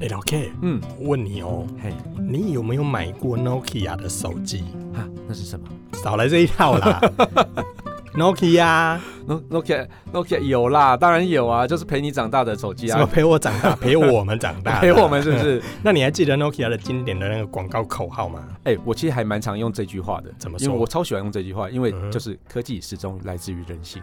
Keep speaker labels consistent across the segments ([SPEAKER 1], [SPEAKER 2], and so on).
[SPEAKER 1] 哎、老 K，
[SPEAKER 2] 嗯，
[SPEAKER 1] 我问你哦，
[SPEAKER 2] 嘿，
[SPEAKER 1] 你有没有买过 Nokia 的手机？
[SPEAKER 2] 哈，那是什么
[SPEAKER 1] 少来这一套 啦，Nokia 啊
[SPEAKER 2] ？No- Nokia Nokia 有啦，当然有啊，就是陪你长大的手机
[SPEAKER 1] 什么
[SPEAKER 2] 啊，
[SPEAKER 1] 陪我长大，陪我们长大，啊
[SPEAKER 2] 陪我们是不？是？
[SPEAKER 1] 那你还记得 Nokia 的经典的那个广告口号吗？
[SPEAKER 2] 哎、我其实还蛮常用这句话的，
[SPEAKER 1] 怎么
[SPEAKER 2] 因为
[SPEAKER 1] 说
[SPEAKER 2] 我超喜欢用这句话，因为
[SPEAKER 1] 嗯哼
[SPEAKER 2] 就是科技始终来自于人性。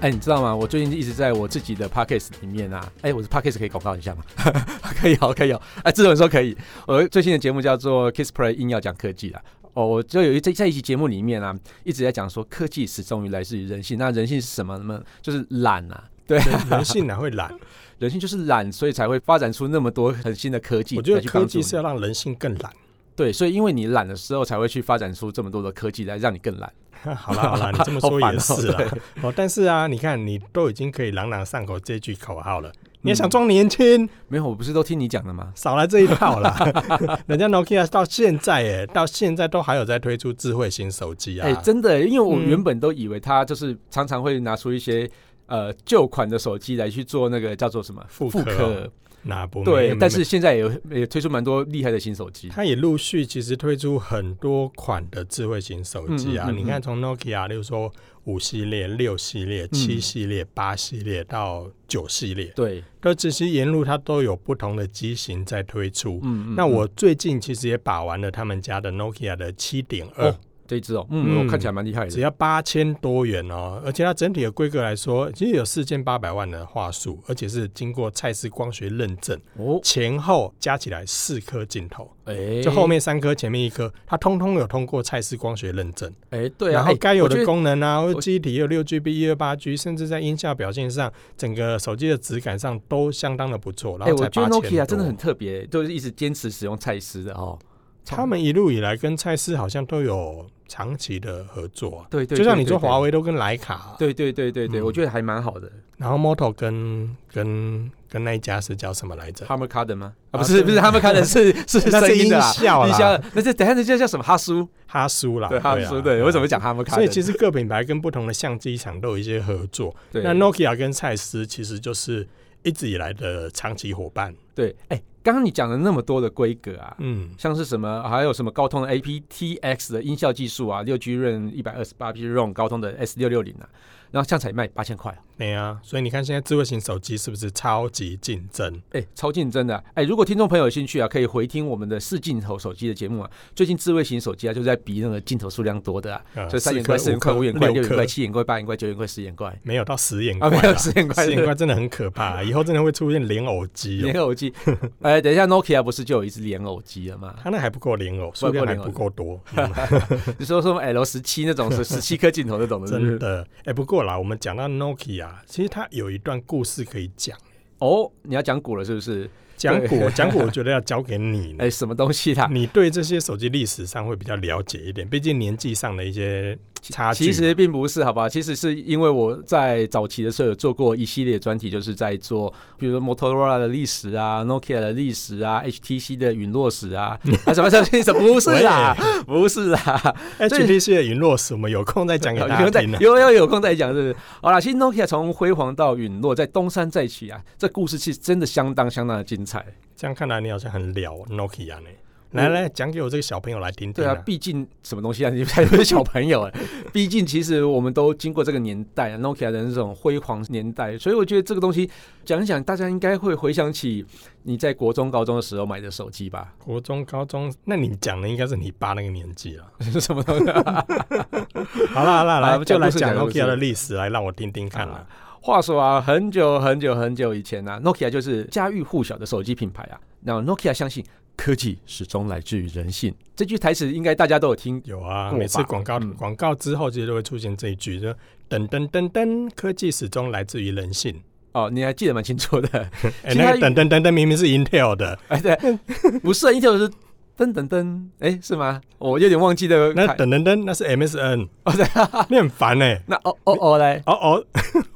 [SPEAKER 2] 哎、你知道吗？我最近一直在我自己的 podcast 里面啊，哎、我的 podcast 可以广告一下吗？ 可以哦，可以哦。哎、志文说可以。我最新的节目叫做 Kiss Play，硬要讲科技啦。哦，我就有一在在一期节目里面啊，一直在讲说科技始终于来自于人性。那人性是什么呢？就是懒啊。对，
[SPEAKER 1] 人人性哪会懒？
[SPEAKER 2] 人性就是懒，所以才会发展出那么多很新的科技
[SPEAKER 1] 我
[SPEAKER 2] 来
[SPEAKER 1] 觉
[SPEAKER 2] 去
[SPEAKER 1] 得
[SPEAKER 2] 帮
[SPEAKER 1] 科
[SPEAKER 2] 助你。
[SPEAKER 1] 技是要让人性更懒。
[SPEAKER 2] 对，所以因为你懒的时候，才会去发展出这么多的科技来让你更懒。
[SPEAKER 1] 好啦好啦，你这么说
[SPEAKER 2] 好烦
[SPEAKER 1] 也
[SPEAKER 2] 哦
[SPEAKER 1] 是啦。
[SPEAKER 2] 对
[SPEAKER 1] 哦，但是啊，你看你都已经可以朗朗上口这句口号了，你还
[SPEAKER 2] 嗯
[SPEAKER 1] 想装年轻？
[SPEAKER 2] 没有，我不是都听你讲的吗？
[SPEAKER 1] 少来这一套啦！ 人家 Nokia 到现在哎，到现在都还有在推出智慧型手机啊。
[SPEAKER 2] 哎、真的耶，因为我
[SPEAKER 1] 嗯
[SPEAKER 2] 原本都以为他就是常常会拿出一些呃旧款的手机来去做那个叫做什么
[SPEAKER 1] 复刻哪不
[SPEAKER 2] 对，但是
[SPEAKER 1] 没
[SPEAKER 2] 现在也也推出蛮多厉害的新手机。
[SPEAKER 1] 它也陆续其实推出很多款的智慧型手机啊。
[SPEAKER 2] 嗯嗯嗯嗯
[SPEAKER 1] 你看，从 Nokia，例如说五系列、六系列、
[SPEAKER 2] 嗯
[SPEAKER 1] 七系列、八系列到九系列，
[SPEAKER 2] 对，
[SPEAKER 1] 都其实沿路它都有不同的机型在推出。
[SPEAKER 2] 嗯，嗯
[SPEAKER 1] 那
[SPEAKER 2] 嗯
[SPEAKER 1] 我最近其实也把玩了他们家的 Nokia 的七点二
[SPEAKER 2] 哦，这一只哦，嗯，
[SPEAKER 1] 嗯
[SPEAKER 2] 我看起来蛮厉害
[SPEAKER 1] 只
[SPEAKER 2] 的。
[SPEAKER 1] 要八千多元哦，而且它整体的规格来说，其实有四千八百万的话术，而且是经过蔡司光学认证，
[SPEAKER 2] 哦，
[SPEAKER 1] 前后加起来四颗镜头，
[SPEAKER 2] 哎、
[SPEAKER 1] 就后面三颗，前面一颗，它通通有通过蔡司光学认证。
[SPEAKER 2] 哎、对啊，
[SPEAKER 1] 然后
[SPEAKER 2] 哎
[SPEAKER 1] 该有
[SPEAKER 2] 我觉
[SPEAKER 1] 的
[SPEAKER 2] 得
[SPEAKER 1] 功能啊，或者
[SPEAKER 2] 我
[SPEAKER 1] 记忆体也有六 GB、一二八 G，甚至在音效表现上，整个手机的质感上都相当的不错。然
[SPEAKER 2] 哎、
[SPEAKER 1] 后
[SPEAKER 2] 我
[SPEAKER 1] 才
[SPEAKER 2] 觉得
[SPEAKER 1] 八
[SPEAKER 2] Nokia
[SPEAKER 1] 千
[SPEAKER 2] 真的很特别，就是一直坚持使用蔡司的哦。
[SPEAKER 1] 他们一路以来跟蔡司好像都有长期的合作、啊，
[SPEAKER 2] 对对，
[SPEAKER 1] 就像
[SPEAKER 2] 对
[SPEAKER 1] 你说
[SPEAKER 2] 对对
[SPEAKER 1] 华为都跟徕卡、啊。
[SPEAKER 2] 对对对对对，
[SPEAKER 1] 嗯
[SPEAKER 2] 我觉得还蛮好的。
[SPEAKER 1] 然后 Moto 跟跟跟那一家是叫什么来着？
[SPEAKER 2] Hammer Carden 吗？啊，
[SPEAKER 1] 啊
[SPEAKER 2] 不是不是
[SPEAKER 1] 对
[SPEAKER 2] ，Hammer Carden 是是
[SPEAKER 1] 那
[SPEAKER 2] 声音的啦
[SPEAKER 1] 音效啦
[SPEAKER 2] 音效，那这等一下那叫叫什么哈苏？
[SPEAKER 1] 哈苏啦，
[SPEAKER 2] 对哈苏，对，为什么？讲 Hammer Carden？
[SPEAKER 1] 啊所以其实各品牌跟不同的相机厂都有一些合作。
[SPEAKER 2] 对
[SPEAKER 1] 那 Nokia 跟蔡司其实就是一直以来的长期伙伴。
[SPEAKER 2] 对，哎，刚刚你讲了那么多的规格啊。
[SPEAKER 1] 嗯，
[SPEAKER 2] 像是什么，还有什么高通的 aptX 的音效技术啊，六 G RAM 一百二十八 G ROM，高通的 S 六六零啊，然后这样才卖八千块啊，
[SPEAKER 1] 对啊。所以你看现在智慧型手机是不是超级竞争？
[SPEAKER 2] 哎，超竞争的啊、哎，如果听众朋友有兴趣啊，可以回听我们的四镜头手机的节目啊。最近智慧型手机啊，就在比那个镜头数量多的啊，
[SPEAKER 1] 呃
[SPEAKER 2] 就三
[SPEAKER 1] 四
[SPEAKER 2] 眼怪、
[SPEAKER 1] 颗
[SPEAKER 2] 四眼怪、五眼怪、六
[SPEAKER 1] 六
[SPEAKER 2] 眼怪、
[SPEAKER 1] 颗，
[SPEAKER 2] 七眼怪、八眼怪、九眼怪、十眼怪。
[SPEAKER 1] 没有到十眼怪
[SPEAKER 2] 啊，没
[SPEAKER 1] 啦。
[SPEAKER 2] 有十眼 怪，
[SPEAKER 1] 十眼
[SPEAKER 2] 对
[SPEAKER 1] 怪真的很可怕，啊以后真的会出现莲藕机
[SPEAKER 2] 莲
[SPEAKER 1] 哦。
[SPEAKER 2] 藕机。哎，等一下，Nokia 不是就有一只莲藕机了吗？
[SPEAKER 1] 它那还不够莲藕，数量还不够多。嗯
[SPEAKER 2] 你说什么 L 十七 那种是十七颗镜头那种的，是不
[SPEAKER 1] 真
[SPEAKER 2] 是？
[SPEAKER 1] 的，哎、不过啦，我们讲到 Nokia，其实它有一段故事可以讲。
[SPEAKER 2] 哦，你要讲古了是不是？
[SPEAKER 1] 讲古，
[SPEAKER 2] 对
[SPEAKER 1] 讲古，我觉得要交给你呢。
[SPEAKER 2] 哎，什么东西啦？
[SPEAKER 1] 你对这些手机历史上会比较了解一点，毕竟年纪上的一些差距。
[SPEAKER 2] 其实并不是，好吧？其实是因为我在早期的时候有做过一系列专题，就是在做，比如说 Motorola 的历史啊，Nokia 的历史啊，HTC 的陨落史啊，
[SPEAKER 1] 嗯
[SPEAKER 2] 啊什么什么什么？不是啦，不是啦，这
[SPEAKER 1] HTC 的云落史，我们有空再讲给
[SPEAKER 2] 有
[SPEAKER 1] 大
[SPEAKER 2] 空
[SPEAKER 1] 家
[SPEAKER 2] 再
[SPEAKER 1] 听啊。
[SPEAKER 2] 有有有空再讲，是不是？好啦，其实 Nokia 从辉煌到陨落，在东山再起啊，这故事其实真的相当相当的精彩。
[SPEAKER 1] 这样看来，你好像很了 Nokia 呢。来来，讲给我这个小朋友来听听、
[SPEAKER 2] 嗯对啊，毕竟什么东西啊，你才不是小朋 友哎、毕竟其实我们都经过这个年代啊，Nokia 的那种辉煌年代，所以我觉得这个东西讲一讲，大家应该会回想起你在国中、高中的时候买的手机吧？
[SPEAKER 1] 国中、高中，那你讲的应该是你爸那个年纪了。
[SPEAKER 2] 是什么东西、啊？
[SPEAKER 1] 好啦好啦，
[SPEAKER 2] 啊
[SPEAKER 1] 来就来讲
[SPEAKER 2] 讲故事
[SPEAKER 1] Nokia 的历史，来让我听 听看啦。
[SPEAKER 2] 话说啊，很久很久很久以前啊，Nokia 就是家喻户晓的手机品牌啊。那 Nokia 相信科技始终来自于人性，这句台词应该大家都有听。
[SPEAKER 1] 有啊，
[SPEAKER 2] 过吧
[SPEAKER 1] 每次广告
[SPEAKER 2] 嗯
[SPEAKER 1] 广、告之后，其实都会出现这一句，就噔噔噔噔，科技始终来自于人性。
[SPEAKER 2] 哦，你还记得蛮清楚的。
[SPEAKER 1] 哎、
[SPEAKER 2] 其他
[SPEAKER 1] 那个等等等等，明明是 Intel 的，
[SPEAKER 2] 哎，对，不是 Intel 是噔噔噔，哎，是吗？我有点忘记了。
[SPEAKER 1] 那等等等那是 MSN，
[SPEAKER 2] 呃哦对，
[SPEAKER 1] 你很烦哎、
[SPEAKER 2] 那哦哦 哦来，
[SPEAKER 1] 哦哦，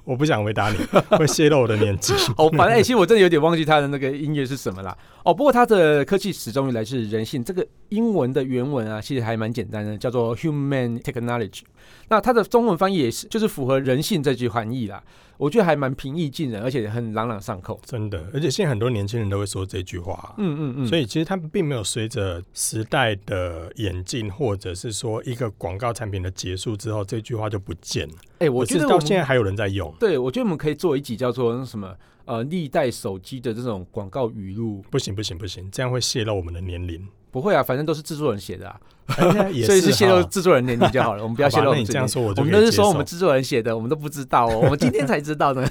[SPEAKER 1] 我不想回 答你，会泄露我的年纪。
[SPEAKER 2] 哦，反正哎、其实我真的有点忘记它的那个音乐是什么啦。哦，不过它的科技始终以来是人性，这个英文的原文啊，其实还蛮简单的，叫做 Human Technology。那它的中文翻译也是，就是符合人性这句含义啦。我觉得还蛮平易近人，而且很朗朗上口。
[SPEAKER 1] 真的，而且现在很多年轻人都会说这句话啊、
[SPEAKER 2] 嗯嗯嗯，
[SPEAKER 1] 所
[SPEAKER 2] 以
[SPEAKER 1] 以其实他们并没有随着时代的演进，或者是说一个广告产品的结束之后，这句话就不见了。
[SPEAKER 2] 哎、我觉
[SPEAKER 1] 知
[SPEAKER 2] 得
[SPEAKER 1] 到
[SPEAKER 2] 我们
[SPEAKER 1] 现在还有人在用，
[SPEAKER 2] 对，我觉得我们可以做一集叫做那什么呃，历代手机的这种广告语录。
[SPEAKER 1] 不行不行不行，这样会泄露我们的年龄。
[SPEAKER 2] 不会啊，反正都是制作人写的啊，
[SPEAKER 1] 哎也
[SPEAKER 2] 所以是泄露
[SPEAKER 1] 哈
[SPEAKER 2] 制作人年龄就好了，我们不要泄
[SPEAKER 1] 好吧
[SPEAKER 2] 露我
[SPEAKER 1] 那
[SPEAKER 2] 们
[SPEAKER 1] 你
[SPEAKER 2] 自
[SPEAKER 1] 这
[SPEAKER 2] 己
[SPEAKER 1] 样说，我
[SPEAKER 2] 我
[SPEAKER 1] 就
[SPEAKER 2] 们
[SPEAKER 1] 可以
[SPEAKER 2] 都是
[SPEAKER 1] 接
[SPEAKER 2] 说我
[SPEAKER 1] 受
[SPEAKER 2] 们制作人写的，我们都不知道哦，我们今天才 知道呢，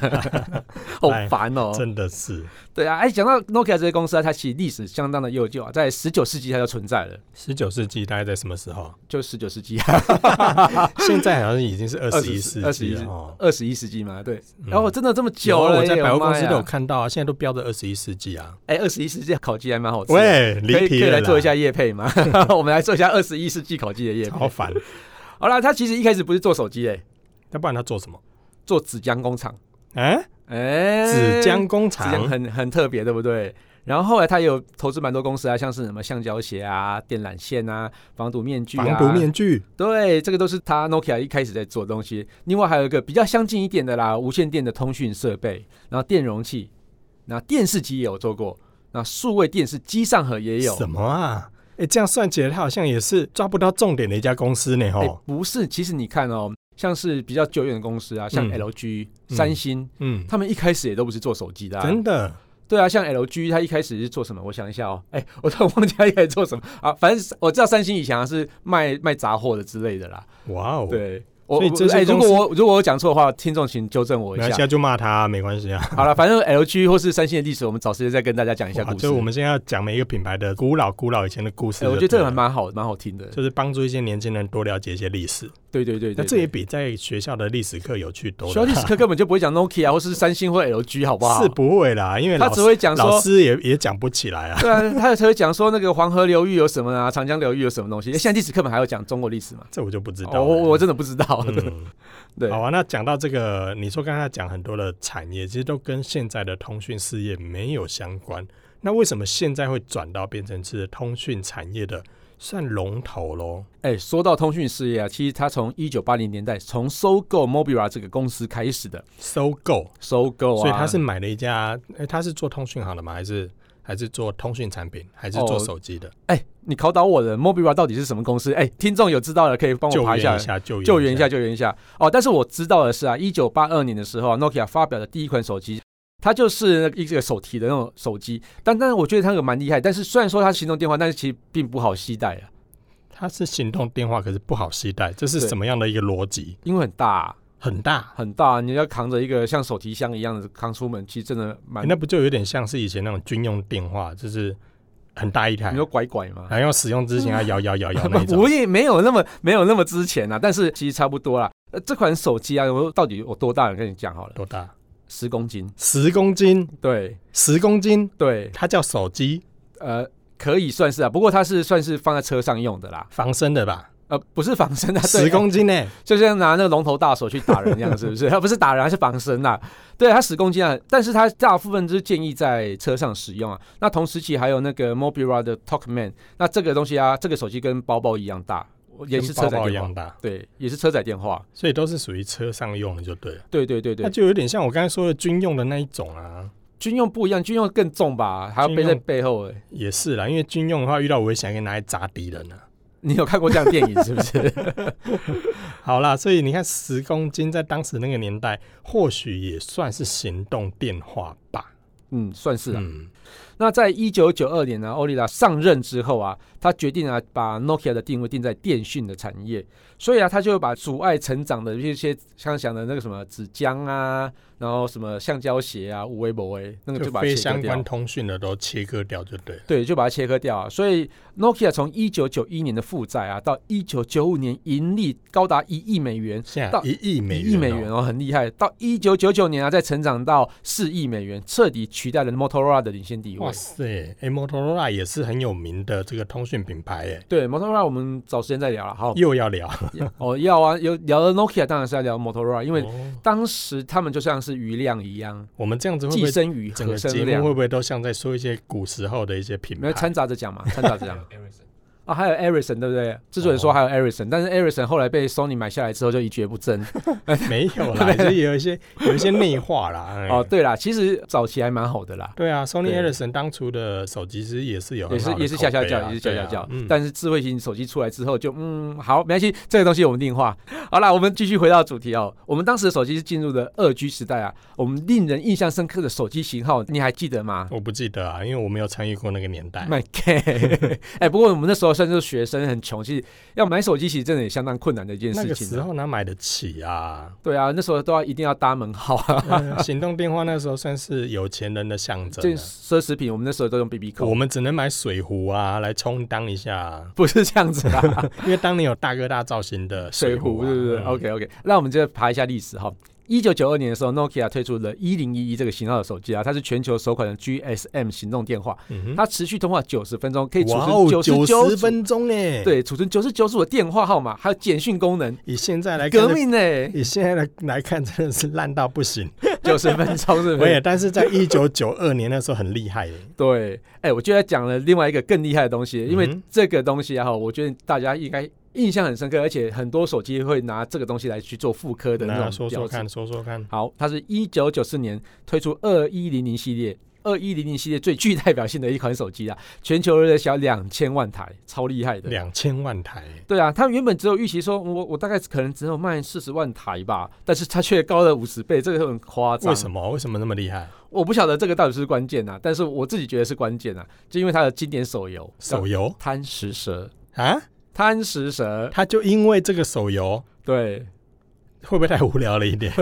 [SPEAKER 2] 好
[SPEAKER 1] 哎
[SPEAKER 2] 烦哦。
[SPEAKER 1] 真的是
[SPEAKER 2] 对啊，哎，讲到 Nokia 这些公司啊，它其实历史相当的悠久啊，在十九世纪它就存在了，
[SPEAKER 1] 十九世纪大概在什么时候？
[SPEAKER 2] 就十九世纪、
[SPEAKER 1] 现在好像已经是二十一世
[SPEAKER 2] 二十
[SPEAKER 1] 纪
[SPEAKER 2] 一
[SPEAKER 1] 了哦。
[SPEAKER 2] 二十一世纪嘛，对。
[SPEAKER 1] 嗯
[SPEAKER 2] 然后真的这么久
[SPEAKER 1] 有啊
[SPEAKER 2] 了，
[SPEAKER 1] 我在
[SPEAKER 2] 哎
[SPEAKER 1] 百货公司都有。
[SPEAKER 2] 我妈呀
[SPEAKER 1] 看到啊，现在都标着二十一世纪啊。
[SPEAKER 2] 哎，二十一世纪烤鸡还蛮好吃的。
[SPEAKER 1] 喂，
[SPEAKER 2] 哦啊可以
[SPEAKER 1] 离
[SPEAKER 2] 可
[SPEAKER 1] 题
[SPEAKER 2] 以
[SPEAKER 1] 了
[SPEAKER 2] 来
[SPEAKER 1] 啦
[SPEAKER 2] 做一，下夜配 吗？ 我们来做一下二十一世纪烤鸡的夜配。
[SPEAKER 1] 好烦。
[SPEAKER 2] 好啦，他其实一开始不是做手机诶、
[SPEAKER 1] 那不然他做什么？
[SPEAKER 2] 做纸浆工厂。
[SPEAKER 1] 哎、
[SPEAKER 2] 哎、
[SPEAKER 1] 纸浆工
[SPEAKER 2] 纸浆
[SPEAKER 1] 厂，
[SPEAKER 2] 很很特别，对不对？然后后来他也有投资蛮多公司啊，像是什么橡胶鞋啊、电缆线啊、防毒面具啊、
[SPEAKER 1] 防毒面具，
[SPEAKER 2] 对，这个都是他 Nokia 一开始在做的东西。另外还有一个比较相近一点的啦，无线电的通讯设备，然后电容器，那电视机也有做过，那数位电视机上盒也有。
[SPEAKER 1] 什么啊？哎、这样算起来，他好像也是抓不到重点的一家公司呢，
[SPEAKER 2] 哎、
[SPEAKER 1] 吼。
[SPEAKER 2] 不是，其实你看哦，像是比较久远的公司啊，像
[SPEAKER 1] 嗯
[SPEAKER 2] LG、
[SPEAKER 1] 嗯
[SPEAKER 2] 三星，
[SPEAKER 1] 嗯，
[SPEAKER 2] 他们一开始也都不是做手机的、啊，
[SPEAKER 1] 真的，
[SPEAKER 2] 对啊，像 LG 它一开始是做什么？我想一下哦，哎、我突然忘记它一开始做什么啊。反正我知道三星以前好像是卖卖杂货的之类的啦。
[SPEAKER 1] 哇哦。
[SPEAKER 2] 对，我
[SPEAKER 1] 所以这
[SPEAKER 2] 我
[SPEAKER 1] 些
[SPEAKER 2] 哎、如
[SPEAKER 1] 公司
[SPEAKER 2] 果我如果我讲错的话，听众请纠正我
[SPEAKER 1] 没
[SPEAKER 2] 一
[SPEAKER 1] 关系
[SPEAKER 2] 下。
[SPEAKER 1] 啊，就骂他啊、没关系啊。
[SPEAKER 2] 好了，反正 LG 或是三星的历史，我们找时间再跟大家讲一下
[SPEAKER 1] 哇
[SPEAKER 2] 故
[SPEAKER 1] 就
[SPEAKER 2] 事。
[SPEAKER 1] 是我们现在要讲每一个品牌的古老、古老以前的故事就对
[SPEAKER 2] 哎、
[SPEAKER 1] 了、啊
[SPEAKER 2] 我觉得这个还蛮好，蛮好听的。
[SPEAKER 1] 就是帮助一些年轻人多了解一些历史。
[SPEAKER 2] 对对对对
[SPEAKER 1] 那这也
[SPEAKER 2] 对
[SPEAKER 1] 比在学校的历史课有趣多
[SPEAKER 2] 学校
[SPEAKER 1] 了。
[SPEAKER 2] 历史课根本就不会讲 Nokia 或是三星或 LG，好不好？
[SPEAKER 1] 是不会啦，因为
[SPEAKER 2] 他
[SPEAKER 1] 老
[SPEAKER 2] 只
[SPEAKER 1] 师
[SPEAKER 2] 会讲
[SPEAKER 1] 老
[SPEAKER 2] 说。
[SPEAKER 1] 师也也讲不起来啊。
[SPEAKER 2] 对啊，他才会讲说那个黄河流域有什么啊，长江流域有什么东西。哎现在历史课本还有讲中国历史吗？
[SPEAKER 1] 这我就不知道了、
[SPEAKER 2] 哦，我我真的不知道。
[SPEAKER 1] 嗯
[SPEAKER 2] 对，
[SPEAKER 1] 好啊，那讲到这个，你说刚才讲很多的产业，其实都跟现在的通讯事业没有相关。那为什么现在会转到变成是通讯产业的算龙头喽？
[SPEAKER 2] 哎，说到通讯事业啊，其实它从一九八零年代从收购 Mobira 这个公司开始的，
[SPEAKER 1] 收购，
[SPEAKER 2] 收购啊，
[SPEAKER 1] 所以他是买了一家，哎，他是做通讯行的吗？还是还是做通讯产品，还是做
[SPEAKER 2] 哦
[SPEAKER 1] 手机的？
[SPEAKER 2] 哎，你考倒我了，Mobira 到底是什么公司？哎，听众有知道的可以帮我
[SPEAKER 1] 救
[SPEAKER 2] 爬
[SPEAKER 1] 援
[SPEAKER 2] 一下
[SPEAKER 1] 一。下，救援
[SPEAKER 2] 救援一下，。救援一下哦！但是我知道的是啊，一九八二年的时候啊，Nokia 发表的第一款手机，它就是一个手提的那种手机。但但是我觉得它有蛮厉害，但是虽然说它是行动电话，但是其实并不好携带啊，
[SPEAKER 1] 它是行动电话，可是不好携带，这是
[SPEAKER 2] 对
[SPEAKER 1] 什么样的一个逻辑？
[SPEAKER 2] 因为很大啊、
[SPEAKER 1] 很大、
[SPEAKER 2] 很大啊、你要扛着一个像手提箱一样的扛出门，其实真的蛮……
[SPEAKER 1] 诶那不就有点像是以前那种军用电话，就是很大一台
[SPEAKER 2] 你，说拐拐吗？
[SPEAKER 1] 然后使用之 前要摇摇摇摇那一种
[SPEAKER 2] 我。也没有那么没有那么之前啊，但是其实差不多啦。呃，这款手机啊，我到底有多大？我跟你讲好了，
[SPEAKER 1] 多大？
[SPEAKER 2] 十公斤。
[SPEAKER 1] 十公斤，
[SPEAKER 2] 对
[SPEAKER 1] 十公斤，
[SPEAKER 2] 对，
[SPEAKER 1] 它叫手机
[SPEAKER 2] 呃，可以算是啊，不过它是算是放在车上用的啦，
[SPEAKER 1] 防身的吧？
[SPEAKER 2] 呃，不是防身啊， 对
[SPEAKER 1] 十公斤呢、
[SPEAKER 2] 就像拿那个龙头大手去打人一样，是 不是？它不是打人，它是防身啦、对，它十公斤啊，但是它大部分就是建议在车上使用啊。那同时期还有那个 Mobira 的 Talkman，那这个东西啊，这个手机跟包包一样大，也是
[SPEAKER 1] 跟
[SPEAKER 2] 车
[SPEAKER 1] 包
[SPEAKER 2] 载
[SPEAKER 1] 包一
[SPEAKER 2] 电话
[SPEAKER 1] 样，大，
[SPEAKER 2] 对，也是车载电话，
[SPEAKER 1] 所以都是属于车上用的，就对了。
[SPEAKER 2] 对对对对
[SPEAKER 1] 那。就有点像我刚才说的军用的那一种啊，
[SPEAKER 2] 军用不一样，军用更重吧，还要背
[SPEAKER 1] 军
[SPEAKER 2] 在
[SPEAKER 1] 用
[SPEAKER 2] 背后、欸。
[SPEAKER 1] 也是啦，因为军用的话遇到危险可以拿来砸敌人啊。
[SPEAKER 2] 你有看过这样的电影是 不是？
[SPEAKER 1] 好啦，所以你看，十公斤在当时那个年代，或许也算是行动电话吧。
[SPEAKER 2] 嗯，算是啊。
[SPEAKER 1] 嗯，
[SPEAKER 2] 那在一九九二年呢、欧丽达上任之后啊，他决定啊，把 Nokia 的定位定在电讯的产业，所以啊，他就把阻碍成长的一些像想的那个什么纸浆啊，然后什么橡胶鞋啊、无微博诶，那个
[SPEAKER 1] 就
[SPEAKER 2] 就把它
[SPEAKER 1] 非
[SPEAKER 2] 切割
[SPEAKER 1] 相
[SPEAKER 2] 掉
[SPEAKER 1] 关。通讯的都切割掉就对了。
[SPEAKER 2] 对，就把它切割掉啊。所以 Nokia 从一九九一年的负债啊，到一九九五年盈利高达一亿美元，
[SPEAKER 1] 现在
[SPEAKER 2] 到
[SPEAKER 1] 一亿美元、
[SPEAKER 2] 一亿美元，哦，很厉害。到一九九九年啊，再成长到四亿美元，彻底取代了 Motorola 的领先地位
[SPEAKER 1] 哇。塞！哎、m o t o r o l a 也是很有名的这个通讯品牌，哎，
[SPEAKER 2] 对 Motorola，我们找时间再聊 了。好，
[SPEAKER 1] 又要聊，
[SPEAKER 2] 哦，要啊，有聊了 Nokia，当然是要聊 Motorola，因为
[SPEAKER 1] 哦
[SPEAKER 2] 当时他们就像是余量一样，
[SPEAKER 1] 我们这样子会不
[SPEAKER 2] 寄
[SPEAKER 1] 会
[SPEAKER 2] 生于
[SPEAKER 1] 整
[SPEAKER 2] 和
[SPEAKER 1] 个节
[SPEAKER 2] 生
[SPEAKER 1] 目会
[SPEAKER 2] 量，
[SPEAKER 1] 不会都像在说一些古时候的一些品
[SPEAKER 2] 没有
[SPEAKER 1] 牌？
[SPEAKER 2] 掺杂着讲嘛，掺杂着讲。
[SPEAKER 3] Ericsson
[SPEAKER 2] 啊，还有 Ericsson 对不对？制作人
[SPEAKER 1] 哦
[SPEAKER 2] 说还有 Ericsson，、但是 Ericsson 后来被 Sony 买下来之后就一蹶不振。
[SPEAKER 1] 没有啦，就是有一些有一些内化啦。哎
[SPEAKER 2] 哦，，对啦，其实早期还蛮好的啦，
[SPEAKER 1] 对啊，Sony
[SPEAKER 2] 对
[SPEAKER 1] Ericsson 当初的手机其实也是有
[SPEAKER 2] 也
[SPEAKER 1] 很
[SPEAKER 2] 是
[SPEAKER 1] 好的
[SPEAKER 2] 也是
[SPEAKER 1] 口碑
[SPEAKER 2] 下
[SPEAKER 1] 啊
[SPEAKER 2] 下叫，也是下下叫。
[SPEAKER 1] 对啊嗯
[SPEAKER 2] 但是智慧型手机出来之后就，嗯好，没关系，这个东西我们另化。好啦，我们继续回到主题哦。我们当时的手机是进入了二 G 时代啊，我们令人印象深刻的手机型号，你还记得吗？
[SPEAKER 1] 我不记得啊，因为我没有参与过那个年代。
[SPEAKER 2] 买 K，哎， 不过我们那时候算是学生，很穷，其实要买手机其实真的也相当困难的一件
[SPEAKER 1] 那
[SPEAKER 2] 事
[SPEAKER 1] 个
[SPEAKER 2] 情
[SPEAKER 1] 时
[SPEAKER 2] 啊、
[SPEAKER 1] 候哪买得起 啊？
[SPEAKER 2] 对啊，那时候都要一定要搭门号啊，
[SPEAKER 1] 呃行动电话那时候算是有钱人的哦象
[SPEAKER 2] 这
[SPEAKER 1] 征啊、
[SPEAKER 2] 奢侈品我们那时候都用 BB
[SPEAKER 1] 我
[SPEAKER 2] 扣，
[SPEAKER 1] 们只能买水壶啊，来充当一下啊，
[SPEAKER 2] 不是这样子啦。
[SPEAKER 1] 因为当年有大哥大造型的
[SPEAKER 2] 水
[SPEAKER 1] 壶、
[SPEAKER 2] 壶，
[SPEAKER 1] 啊，
[SPEAKER 2] 对不对哦
[SPEAKER 1] 嗯
[SPEAKER 2] ？OK OK，那我们就爬一下历史哈。一九九二年的时候，Nokia 推出了1011这个型号的手机啊，它是全球首款的 GSM 行动电话，
[SPEAKER 1] 嗯哼
[SPEAKER 2] 它持续通话九十分钟，可以储
[SPEAKER 1] 哇
[SPEAKER 2] 存
[SPEAKER 1] 哦，
[SPEAKER 2] 九
[SPEAKER 1] 九
[SPEAKER 2] 十九
[SPEAKER 1] 十，分钟哎，，
[SPEAKER 2] 对，储存九十九组的电话号码，还有简讯功能，
[SPEAKER 1] 以现在来看
[SPEAKER 2] 革
[SPEAKER 1] 这，
[SPEAKER 2] 命呢、
[SPEAKER 1] 以现在来来看真的是烂到不行。
[SPEAKER 2] 九十分钟是不
[SPEAKER 1] 我也，
[SPEAKER 2] 是？
[SPEAKER 1] 但是在一九九二年那时候很厉害耶，欸
[SPEAKER 2] 对，哎、我就在讲了另外一个更厉害的东西，因为
[SPEAKER 1] 嗯
[SPEAKER 2] 这个东西啊，哈，我觉得大家应该印象很深刻，而且很多手机会拿这个东西来去做复刻的那
[SPEAKER 1] 那
[SPEAKER 2] 种
[SPEAKER 1] 说
[SPEAKER 2] 标
[SPEAKER 1] 说
[SPEAKER 2] 志
[SPEAKER 1] 看，说说看，
[SPEAKER 2] 好，它是一九九四年推出二一零零系列，二一零零系列最具代表性的一款手机啊，全球热销两千万台，超厉害的。
[SPEAKER 1] 两千万台耶，
[SPEAKER 2] 对啊，它原本只有预期说，我我大概可能只有卖四十万台吧，但是它却高了五十倍，这个很夸张。
[SPEAKER 1] 为什
[SPEAKER 2] 么？
[SPEAKER 1] 么为什么那么厉害？
[SPEAKER 2] 我不晓得这个到底是关键啊，但是我自己觉得是关键啊，就因为它的经典手游《
[SPEAKER 1] 手游
[SPEAKER 2] 贪食蛇》。
[SPEAKER 1] 啊，
[SPEAKER 2] 贪食蛇，
[SPEAKER 1] 他就因为这个手游。
[SPEAKER 2] 对，
[SPEAKER 1] 会不会太无聊了一点？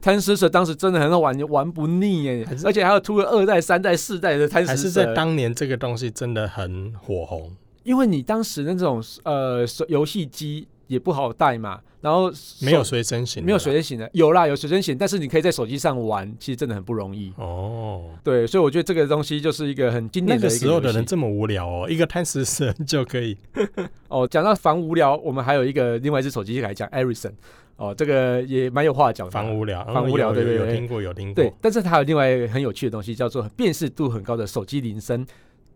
[SPEAKER 2] 贪食蛇当时真的很好玩，玩不腻耶，而且还有出了二代、三代、四代的贪食蛇，
[SPEAKER 1] 还是在当年这个东西真的很火红？
[SPEAKER 2] 因为你当时那种呃手游戏机也不好带嘛，然后手
[SPEAKER 1] 没有随身型，
[SPEAKER 2] 没有随身型
[SPEAKER 1] 啊
[SPEAKER 2] 的，有啦有随身型，但是你可以在手机上玩，其实真的很不容易。
[SPEAKER 1] 哦。
[SPEAKER 2] 对，所以我觉得这个东西就是一个很经
[SPEAKER 1] 那
[SPEAKER 2] 典的
[SPEAKER 1] 个
[SPEAKER 2] 一个
[SPEAKER 1] 时候的
[SPEAKER 2] 游戏
[SPEAKER 1] 人这么无聊哦，一个贪食蛇就可以
[SPEAKER 2] 哦。讲到防无聊，我们还有一个另外一只手机来讲 Ericsson 哦，这个也蛮有话讲的。
[SPEAKER 1] 防无聊，嗯
[SPEAKER 2] 防无聊
[SPEAKER 1] 有
[SPEAKER 2] 对对
[SPEAKER 1] 有有
[SPEAKER 2] 对
[SPEAKER 1] 听过有听
[SPEAKER 2] 对
[SPEAKER 1] 过，，
[SPEAKER 2] 但是它还有另外一个很有趣的东西，叫做辨识度很高的手机铃声。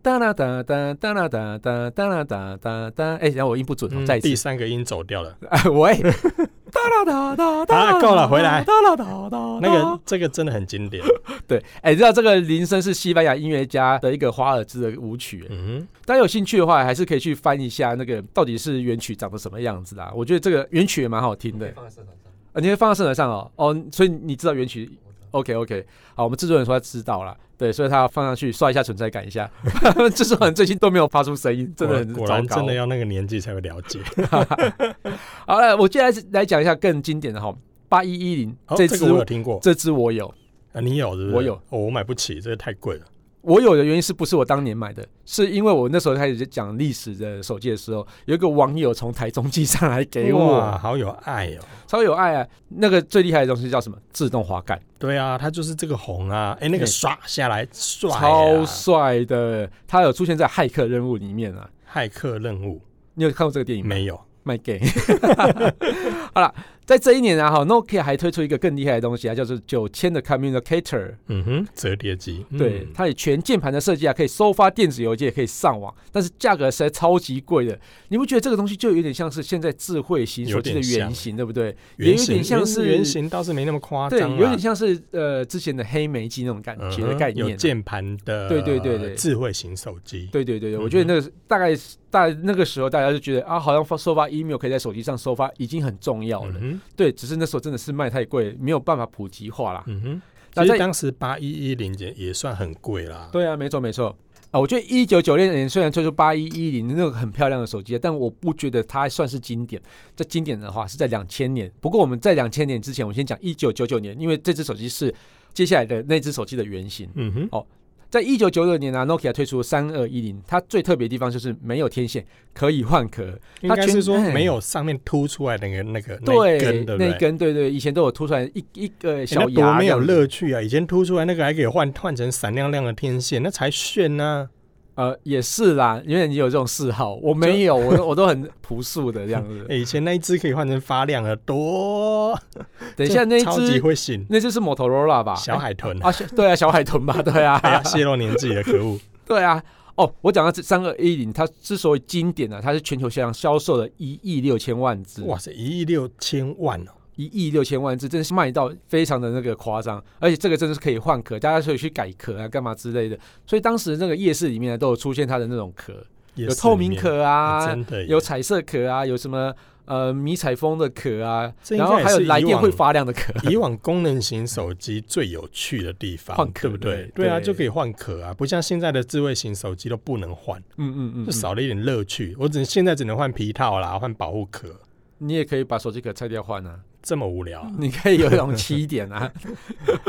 [SPEAKER 2] 哒啦哒哒哒啦哒哒哒啦哒哒哒，哎，然后我音不准哦，
[SPEAKER 1] 嗯
[SPEAKER 2] 再一次
[SPEAKER 1] 第。三个音走掉了，
[SPEAKER 2] 哎， 喂，哒啦哒哒哒，
[SPEAKER 1] 啊够了回来
[SPEAKER 2] 哒啦哒哒，
[SPEAKER 1] 那个这个真的很经典，
[SPEAKER 2] 对，哎，知道这个铃声是西班牙音乐家的一个华尔兹的舞曲，哎
[SPEAKER 1] 嗯，
[SPEAKER 2] 大家有兴趣的话，还是可以去翻一下那个到底是原曲长得什么样子啊啦。我觉得这个原曲也蛮好听的
[SPEAKER 3] 可以，放在社团上，
[SPEAKER 2] 啊，你会放到圣台上哦，哦，所以你知道原曲
[SPEAKER 3] 我知道
[SPEAKER 2] ，OK OK，好，我们制作人说他知道了。对，所以他要放上去刷一下存在感一下。 制作人最近都没有发出声 音，真的
[SPEAKER 1] 果
[SPEAKER 2] 很
[SPEAKER 1] 果
[SPEAKER 2] 糟
[SPEAKER 1] 然
[SPEAKER 2] 糕。
[SPEAKER 1] 真的要那个年纪才会了解。
[SPEAKER 2] 好了，我接下来是来讲一下更经典的哈，八一一零
[SPEAKER 1] 哦，
[SPEAKER 2] 这
[SPEAKER 1] 这
[SPEAKER 2] 支、
[SPEAKER 1] 个我有听过，
[SPEAKER 2] 这支我有，
[SPEAKER 1] 啊你有是不是？
[SPEAKER 2] 我有
[SPEAKER 1] 哦，我买不起，这个太贵了。
[SPEAKER 2] 我有的原因是不是我当年买的？是因为我那时候开始讲历史的手机的时候，有一个网友从台中寄上来给
[SPEAKER 1] 哇，
[SPEAKER 2] 我，
[SPEAKER 1] 好有爱哦。
[SPEAKER 2] 超有爱啊！那个最厉害的东西叫什么？自动滑盖，
[SPEAKER 1] 对啊，它就是这个红啊，哎，那个
[SPEAKER 2] 对
[SPEAKER 1] 刷下来帅啊，
[SPEAKER 2] 超帅的。它有出现在骇客任务里面啊。
[SPEAKER 1] 骇客任务
[SPEAKER 2] 你有看过这个电影吗？
[SPEAKER 1] 没有，
[SPEAKER 2] 卖给。 好了，在这一年啊，哈，Nokia 还推出一个更厉害的东西啊，叫做九千的 Communicator。
[SPEAKER 1] 嗯哼，折叠机，嗯
[SPEAKER 2] 对，它以全键盘的设计啊，可以收发电子邮件，也可以上网，但是价格实在超级贵的。你不觉得这个东西就有点像是现在智慧型手机
[SPEAKER 1] 有
[SPEAKER 2] 的
[SPEAKER 1] 点像啊
[SPEAKER 2] 原型，对不对？也
[SPEAKER 1] 原
[SPEAKER 2] 有
[SPEAKER 1] 型
[SPEAKER 2] 点像
[SPEAKER 1] 原
[SPEAKER 2] 是
[SPEAKER 1] 原型，倒是没那么夸
[SPEAKER 2] 对，
[SPEAKER 1] 张啦，
[SPEAKER 2] 有点像是呃之前的黑莓机那种感
[SPEAKER 1] 嗯
[SPEAKER 2] 觉
[SPEAKER 1] 哼
[SPEAKER 2] 的概念、啊
[SPEAKER 1] 有键盘的，
[SPEAKER 2] 对对对对
[SPEAKER 1] 智慧型手机，
[SPEAKER 2] 对对对对，
[SPEAKER 1] 嗯哼
[SPEAKER 2] 我觉得那个大概大那个时候大家就觉得啊，好像发收发 email 可以在手机上收发已经很重要了。
[SPEAKER 1] 嗯哼，
[SPEAKER 2] 对，只是那时候真的是卖太贵，没有办法普及化啦。
[SPEAKER 1] 嗯哼。
[SPEAKER 2] 那
[SPEAKER 1] 其
[SPEAKER 2] 在
[SPEAKER 1] 实当时八一一零也也算很贵啦，
[SPEAKER 2] 对啊，没错没错。啊，我觉得一九九六年虽然推出八一一零那个很漂亮的手机，啊但我不觉得它算是经典。这经典的话是在两千年。不过我们在两千年之前，我先讲一九九九年，因为这只手机是接下来的那只手机的原型。
[SPEAKER 1] 嗯哼，
[SPEAKER 2] 在一九九六年呢、n o k i a 推出三二一零，它最特别的地方就是没有天线，可以换壳。
[SPEAKER 1] 应该是说
[SPEAKER 2] 它全哎
[SPEAKER 1] 没有上面凸出来那个那个那
[SPEAKER 2] 对，
[SPEAKER 1] 一根，对不对？
[SPEAKER 2] 那一根，对对，以前都有凸出来一一个
[SPEAKER 1] 欸那
[SPEAKER 2] 小
[SPEAKER 1] 多
[SPEAKER 2] 芽，
[SPEAKER 1] 没有乐。趣啊！以前凸出来那个还可以换换成闪亮亮的天线，那才炫啊呢、
[SPEAKER 2] 呃，也是啦，因为你有这种嗜好，我没有，我都我都很朴素的这样子
[SPEAKER 1] 欸。以前那一只可以换成发亮的，多
[SPEAKER 2] 等一下那一
[SPEAKER 1] 超级
[SPEAKER 2] 只，
[SPEAKER 1] 会醒
[SPEAKER 2] 那只是 Motorola 吧？
[SPEAKER 1] 小海豚
[SPEAKER 2] 哎。啊，小对啊，小海豚 吧？对啊，
[SPEAKER 1] 哎呀，泄露年纪了， 可恶！
[SPEAKER 2] 对啊。哦，我讲到这三二一零，它之所以经典呢、啊它是全球销量销售了一亿六千万只，
[SPEAKER 1] 哇塞，一亿六千万哦！
[SPEAKER 2] 一亿六千万只，真是卖到非常的那个夸张，而且这个真的是可以换壳，大家可以去改壳啊，干嘛之类的。所以当时那个夜市里面呢，都有出现它的那种壳，
[SPEAKER 1] 也
[SPEAKER 2] 有
[SPEAKER 1] 是
[SPEAKER 2] 透明
[SPEAKER 1] 里面哦
[SPEAKER 2] 壳啊，
[SPEAKER 1] 真的耶
[SPEAKER 2] 有彩色壳啊，有什么呃迷彩风的壳啊，
[SPEAKER 1] 这应
[SPEAKER 2] 然
[SPEAKER 1] 该
[SPEAKER 2] 后还有
[SPEAKER 1] 也是以
[SPEAKER 2] 来电
[SPEAKER 1] 往
[SPEAKER 2] 会发亮的壳。
[SPEAKER 1] 以往功能型手机最有趣的地方，
[SPEAKER 2] 换壳
[SPEAKER 1] 对不对？
[SPEAKER 2] 对
[SPEAKER 1] 对啊，
[SPEAKER 2] 对
[SPEAKER 1] 就可以换壳啊，不像现在的智慧型手机都不能换，
[SPEAKER 2] 嗯嗯嗯，
[SPEAKER 1] 就
[SPEAKER 2] 嗯
[SPEAKER 1] 少了一点乐趣。我只能现在只能换皮套啦，换保护壳，
[SPEAKER 2] 你也可以把手机壳拆掉换啊，
[SPEAKER 1] 这么无聊啊、
[SPEAKER 2] 你可以有一种七 点啊，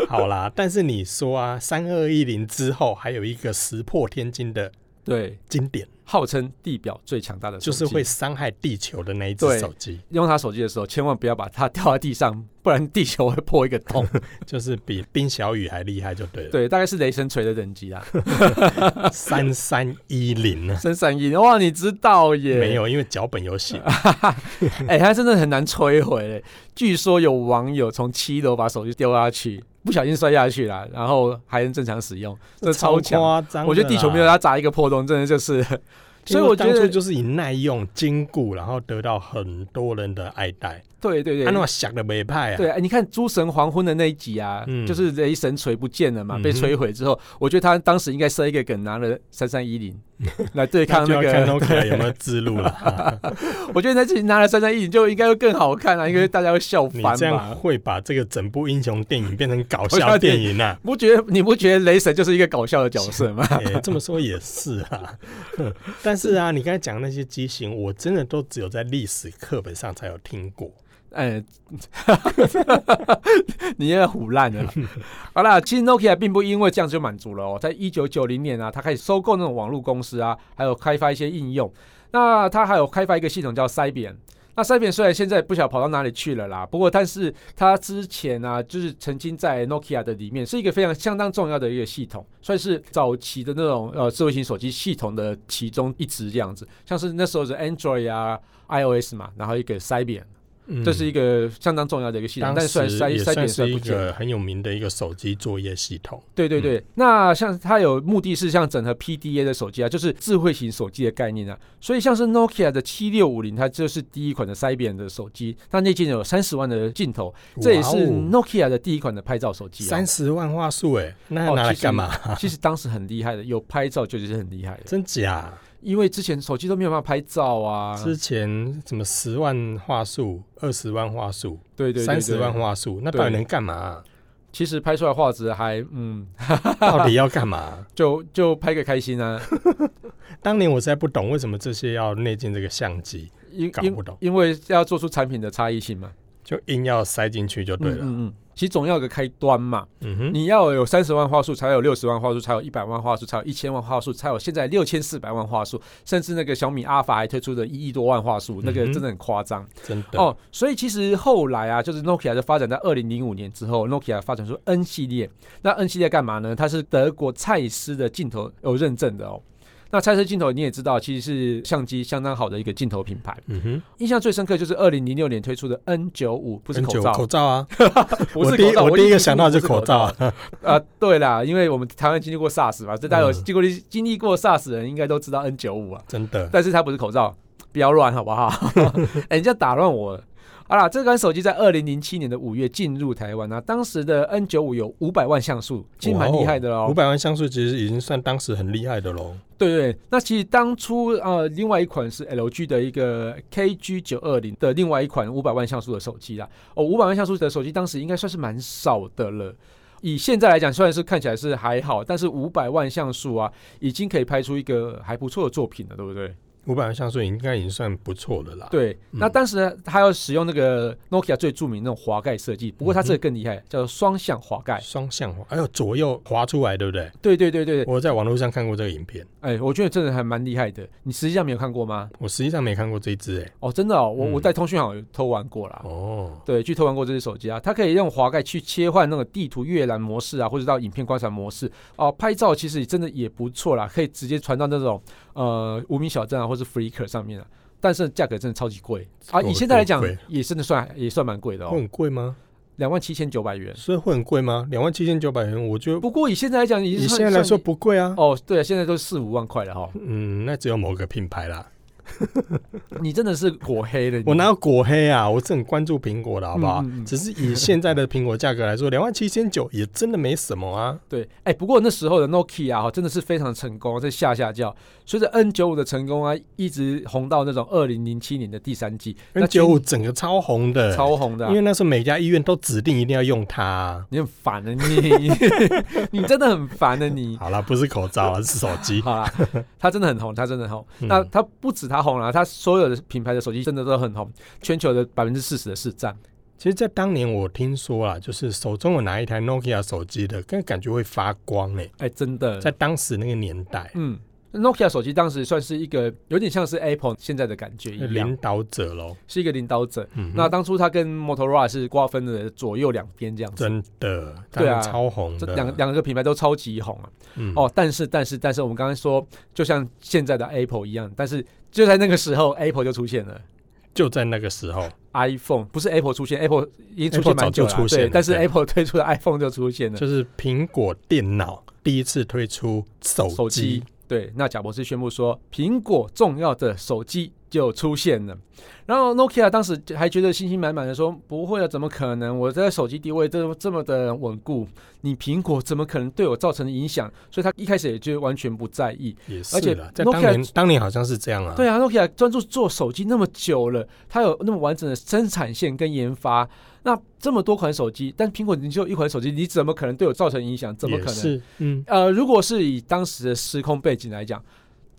[SPEAKER 1] 好啦，但是你说啊，三二一零之后还有一个石破天惊的
[SPEAKER 2] 对，
[SPEAKER 1] 经典，
[SPEAKER 2] 号称地表最强大的
[SPEAKER 1] 就
[SPEAKER 2] 手机，
[SPEAKER 1] 是会伤害地球的那一只
[SPEAKER 2] 对
[SPEAKER 1] 手机，
[SPEAKER 2] 用它手机的时候，千万不要把它掉在地上，不然地球会破一个洞。
[SPEAKER 1] 就是比冰小雨还厉害，就 对了。
[SPEAKER 2] 对，大概是雷神锤的等级啊，
[SPEAKER 1] 三三一零呢？
[SPEAKER 2] 深三一哇，你知道耶？
[SPEAKER 1] 没有，因为脚本有写。
[SPEAKER 2] 哎、它真的很难摧毁嘞。据说有网友从七楼把手机丢下去，不小心摔下去啦，然后还能正常使用，这超强。
[SPEAKER 1] 夸张的啦！
[SPEAKER 2] 我觉得地球没有它砸一个破洞，真的就是。 所以我觉
[SPEAKER 1] 因为当初
[SPEAKER 2] 得，
[SPEAKER 1] 就是以耐用、坚固，然后得到很多人的爱戴。
[SPEAKER 2] 对对
[SPEAKER 1] 安
[SPEAKER 2] 对。
[SPEAKER 1] 诺想的没派啊，
[SPEAKER 2] 对，哎你看《诸神黄昏》的那一集啊，
[SPEAKER 1] 嗯
[SPEAKER 2] 就是雷神锤不见了嘛，
[SPEAKER 1] 嗯哼
[SPEAKER 2] 被摧毁之后，我觉得他当时应该设一个梗，拿了三三一 零来对
[SPEAKER 1] 那
[SPEAKER 2] 抗
[SPEAKER 1] 就要
[SPEAKER 2] 那
[SPEAKER 1] 看
[SPEAKER 2] 个。
[SPEAKER 1] Nokia 有没有自录了。
[SPEAKER 2] 我觉得那自己拿了三三一零就应该会更好看啊，因为大家会笑
[SPEAKER 1] 你
[SPEAKER 2] 翻
[SPEAKER 1] 这样
[SPEAKER 2] 嘛。！
[SPEAKER 1] 会把这个整部英雄电影变成搞笑电影啊
[SPEAKER 2] 不觉得你不觉得雷神就是一个搞笑的角色吗？
[SPEAKER 1] 哎、这么说也是啊。 但是啊，你刚才讲那些机型，我真的都只有在历史课本上才有听过。
[SPEAKER 2] 哎， 你也胡烂了啦。好啦，其实 Nokia 并不因为这样就满足了哦，在一九九零年啊，它开始收购那种网络公司啊，还有开发一些应用。那它还有开发一个系统叫 Symbian。那 Symbian 虽然现在不晓得跑到哪里去了啦，不过但是它之前啊，就是曾经在 Nokia 的里面是一个非常相当重要的一个系统，算是早期的那种呃智慧型手机系统的其中一支这样子，像是那时候的 Android 啊、iOS 嘛，然后一个 Symbian。
[SPEAKER 1] 嗯
[SPEAKER 2] 这是一个相当重要的一个系统，
[SPEAKER 1] 当
[SPEAKER 2] 但是虽
[SPEAKER 1] 时
[SPEAKER 2] 然筛
[SPEAKER 1] 也
[SPEAKER 2] 筛
[SPEAKER 1] 算
[SPEAKER 2] 点
[SPEAKER 1] 是
[SPEAKER 2] 筛
[SPEAKER 1] 一
[SPEAKER 2] 不见了，
[SPEAKER 1] 个嗯很有名的一个手机作业系统。
[SPEAKER 2] 对对对。那像它有目的是像整合 PDA 的手机啊，就是智慧型手机的概念啊，所以像是 Nokia 的七六五零，它就是第一款的筛扁的手机，它内建有三十万的镜头，这也
[SPEAKER 1] 哇
[SPEAKER 2] 是
[SPEAKER 1] 哦
[SPEAKER 2] Nokia 的第一款的拍照手机、啊
[SPEAKER 1] 三。十万话术哎、那
[SPEAKER 2] 哦
[SPEAKER 1] 拿来
[SPEAKER 2] 其实
[SPEAKER 1] 干嘛？
[SPEAKER 2] 其实当时很厉害的，有拍照就是很厉害的，
[SPEAKER 1] 真假？
[SPEAKER 2] 因为之前手机都没有办法拍照啊。
[SPEAKER 1] 之前什么十万话术、二十万话术、
[SPEAKER 2] 对对对
[SPEAKER 1] 三十万
[SPEAKER 2] 对
[SPEAKER 1] 话术，那到底
[SPEAKER 2] 对
[SPEAKER 1] 能干嘛啊、
[SPEAKER 2] 其实拍出来画质还嗯，
[SPEAKER 1] 到底要干嘛啊、
[SPEAKER 2] 就就拍个开心啊。
[SPEAKER 1] 当年我实在不懂为什么这些要内建这个相机，
[SPEAKER 2] 因
[SPEAKER 1] 搞
[SPEAKER 2] 因
[SPEAKER 1] 不懂，
[SPEAKER 2] 因为要做出产品的差异性嘛。
[SPEAKER 1] 就硬要塞进去就对了。嗯
[SPEAKER 2] 嗯嗯嗯，其实总要有个开端嘛，
[SPEAKER 1] 哼，
[SPEAKER 2] 你要有三十万话术，才有六十万话术，才有一百万话术，才有一千万话术，才有现在六千四百万话术，甚至那个小米阿尔法还推出的一亿多万话术，那个
[SPEAKER 1] 嗯哼
[SPEAKER 2] 真的很夸张、
[SPEAKER 1] 真的
[SPEAKER 2] 哦。所以其实后来啊，就是 Nokia 就发展在二零零五年之后，Nokia 发展出 N 系列。那 N 系列干嘛呢？它是德国蔡司的镜头有认证的哦。那蔡司镜头你也知道，其实是相机相当好的一个镜头品牌。
[SPEAKER 1] 嗯哼，
[SPEAKER 2] 印象最深刻就是二零零六年推出的 N 九五，不是
[SPEAKER 1] N9
[SPEAKER 2] 口罩，
[SPEAKER 1] 口罩啊！
[SPEAKER 2] 不是
[SPEAKER 1] 我第
[SPEAKER 2] 口
[SPEAKER 1] 一
[SPEAKER 2] 罩，
[SPEAKER 1] 我第一个想到
[SPEAKER 2] 不
[SPEAKER 1] 就是口罩啊。
[SPEAKER 2] 啊、对啦，因为我们台湾经历过 SARS 嘛，这大家有
[SPEAKER 1] 嗯
[SPEAKER 2] 经过、经历过 SARS 的人应该都知道 N 九五啊，
[SPEAKER 1] 真的，
[SPEAKER 2] 但是它不是口罩，不要乱好不 好？哎、人家打乱我了。好啦，这款手机在二零零七年的五月进入台湾啊，当时的 N 九五有五百万像素，其实蛮厉害的哦。
[SPEAKER 1] 五百万像素其实已经算当时很厉害的喽。
[SPEAKER 2] 对对，那其实当初呃，另外一款是 LG 的一个 KG 九二零的另外一款五百万像素的手机啦。哦，五百万像素的手机当时应该算是蛮少的了。以现在来讲，虽然是看起来是还好，但是五百万像素啊，已经可以拍出一个还不错的作品了，对不对？
[SPEAKER 1] 五百万像素应该已经算不错的啦。
[SPEAKER 2] 对，
[SPEAKER 1] 啊嗯
[SPEAKER 2] 那当时呢他要使用那个 Nokia 最著名的那种滑盖设计，不过它这个更厉害，叫做双向滑盖。
[SPEAKER 1] 双向滑，还有左右滑出来，对不对？
[SPEAKER 2] 对对对对，对
[SPEAKER 1] 我在网络上看过这个影片，
[SPEAKER 2] 哎，我觉得真的还蛮厉害的。你实际上没有看过吗？
[SPEAKER 1] 我实际上没看过这一支哎、
[SPEAKER 2] 哦，真的哦，我、
[SPEAKER 1] 嗯
[SPEAKER 2] 我在通讯行有偷玩过啦。
[SPEAKER 1] 哦，
[SPEAKER 2] 对，去偷玩过这只手机啊，它可以用滑盖去切换那个地图阅览模式啊，或者到影片观察模式哦、拍照其实真的也不错啦，可以直接传到那种呃无名小站啊，或是 Flickr 上面啊。但是价格真的超级贵啊！
[SPEAKER 1] 哦
[SPEAKER 2] 以现在来讲
[SPEAKER 1] 这么贵，嗯
[SPEAKER 2] 也真的算也算蛮贵的
[SPEAKER 1] 会
[SPEAKER 2] 哦，
[SPEAKER 1] 很贵吗？
[SPEAKER 2] 两万七千九百元。
[SPEAKER 1] 所以会很贵吗？两万七千九百元，我觉得
[SPEAKER 2] 不过以现在来讲，已
[SPEAKER 1] 你
[SPEAKER 2] 经
[SPEAKER 1] 现
[SPEAKER 2] 算
[SPEAKER 1] 在来说
[SPEAKER 2] 算
[SPEAKER 1] 不贵啊。
[SPEAKER 2] 哦，对啊，现在都四五万 块了哈、
[SPEAKER 1] 嗯，那只有某个品牌啦。
[SPEAKER 2] 你真的是火黑了，你
[SPEAKER 1] 我哪有果黑啊？我是很关注苹果的，好不好？
[SPEAKER 2] 嗯嗯嗯
[SPEAKER 1] 只是以现在的苹果价格来说，两万七千九也真的没什么啊。
[SPEAKER 2] 对，哎、不过那时候的 Nokia 啊哈、真的是非常成功，在下下叫。随着 N 九五的成功啊，一直红到那种二零零七年的第三季，那
[SPEAKER 1] 那九五整个超红的，
[SPEAKER 2] 超红的啊、
[SPEAKER 1] 因为那时候每家医院都指定一定要用它啊、
[SPEAKER 2] 你很烦啊你， 你真的很烦啊你。
[SPEAKER 1] 好啦，不是口罩啊，是手 机。
[SPEAKER 2] 好啦，它真的很红，它真的很红。
[SPEAKER 1] 嗯
[SPEAKER 2] 那它不止它红了，它所有的品牌的手机真的都很红，全球的百分之四十的市占。
[SPEAKER 1] 其实，在当年我听说啊，就是手中有拿一台 Nokia 手机的，跟感觉会发光哎、
[SPEAKER 2] 哎、真的，
[SPEAKER 1] 在当时那个年代，
[SPEAKER 2] 嗯，Nokia 手机当时算是一个有点像是 Apple 现在的感觉一样
[SPEAKER 1] 领，导者喽。
[SPEAKER 2] 是一个领导者。
[SPEAKER 1] 嗯哼，
[SPEAKER 2] 那当初它跟 Motorola 是瓜分了左右两边这样子。
[SPEAKER 1] 真的，
[SPEAKER 2] 对啊
[SPEAKER 1] 当时超红
[SPEAKER 2] 这
[SPEAKER 1] 的。
[SPEAKER 2] 两两个品牌都超级红啊！
[SPEAKER 1] 嗯
[SPEAKER 2] 哦，但是但是但是，我们刚刚说，就像现在的 Apple 一样，但是就在那个时候，Apple 就出现了
[SPEAKER 1] 就在那个时候，
[SPEAKER 2] iPhone，不是 Apple 出现，Apple 已经出现
[SPEAKER 1] Apple
[SPEAKER 2] 蛮久了
[SPEAKER 1] 早
[SPEAKER 2] 啊，
[SPEAKER 1] 就出现了
[SPEAKER 2] 对，但是
[SPEAKER 1] 对
[SPEAKER 2] Apple 推出的 iPhone 就出现了，
[SPEAKER 1] 就是苹果电脑第一次推出手机。
[SPEAKER 2] 手机。对，那贾博士宣布说，苹果重要的手机就出现了。然后 Nokia 当时还觉得信心满满的说：“不会啊，怎么可能？我在手机地位都这么的稳固，你苹果怎么可能对我造成影响？”所以他一开始也就完全不在意。
[SPEAKER 1] 也
[SPEAKER 2] 而
[SPEAKER 1] 是
[SPEAKER 2] 且
[SPEAKER 1] 啦，在当
[SPEAKER 2] Nokia-
[SPEAKER 1] 年，当年好像是这样啊。
[SPEAKER 2] 对啊，Nokia 专注做手机那么久了，它有那么完整的生产线跟研发，那这么多款手机，但苹果你只有一款手机，你怎么可能对我造成影响？怎么
[SPEAKER 1] 也
[SPEAKER 2] 可能？
[SPEAKER 1] 是，嗯，
[SPEAKER 2] 呃，如果是以当时的时空背景来讲，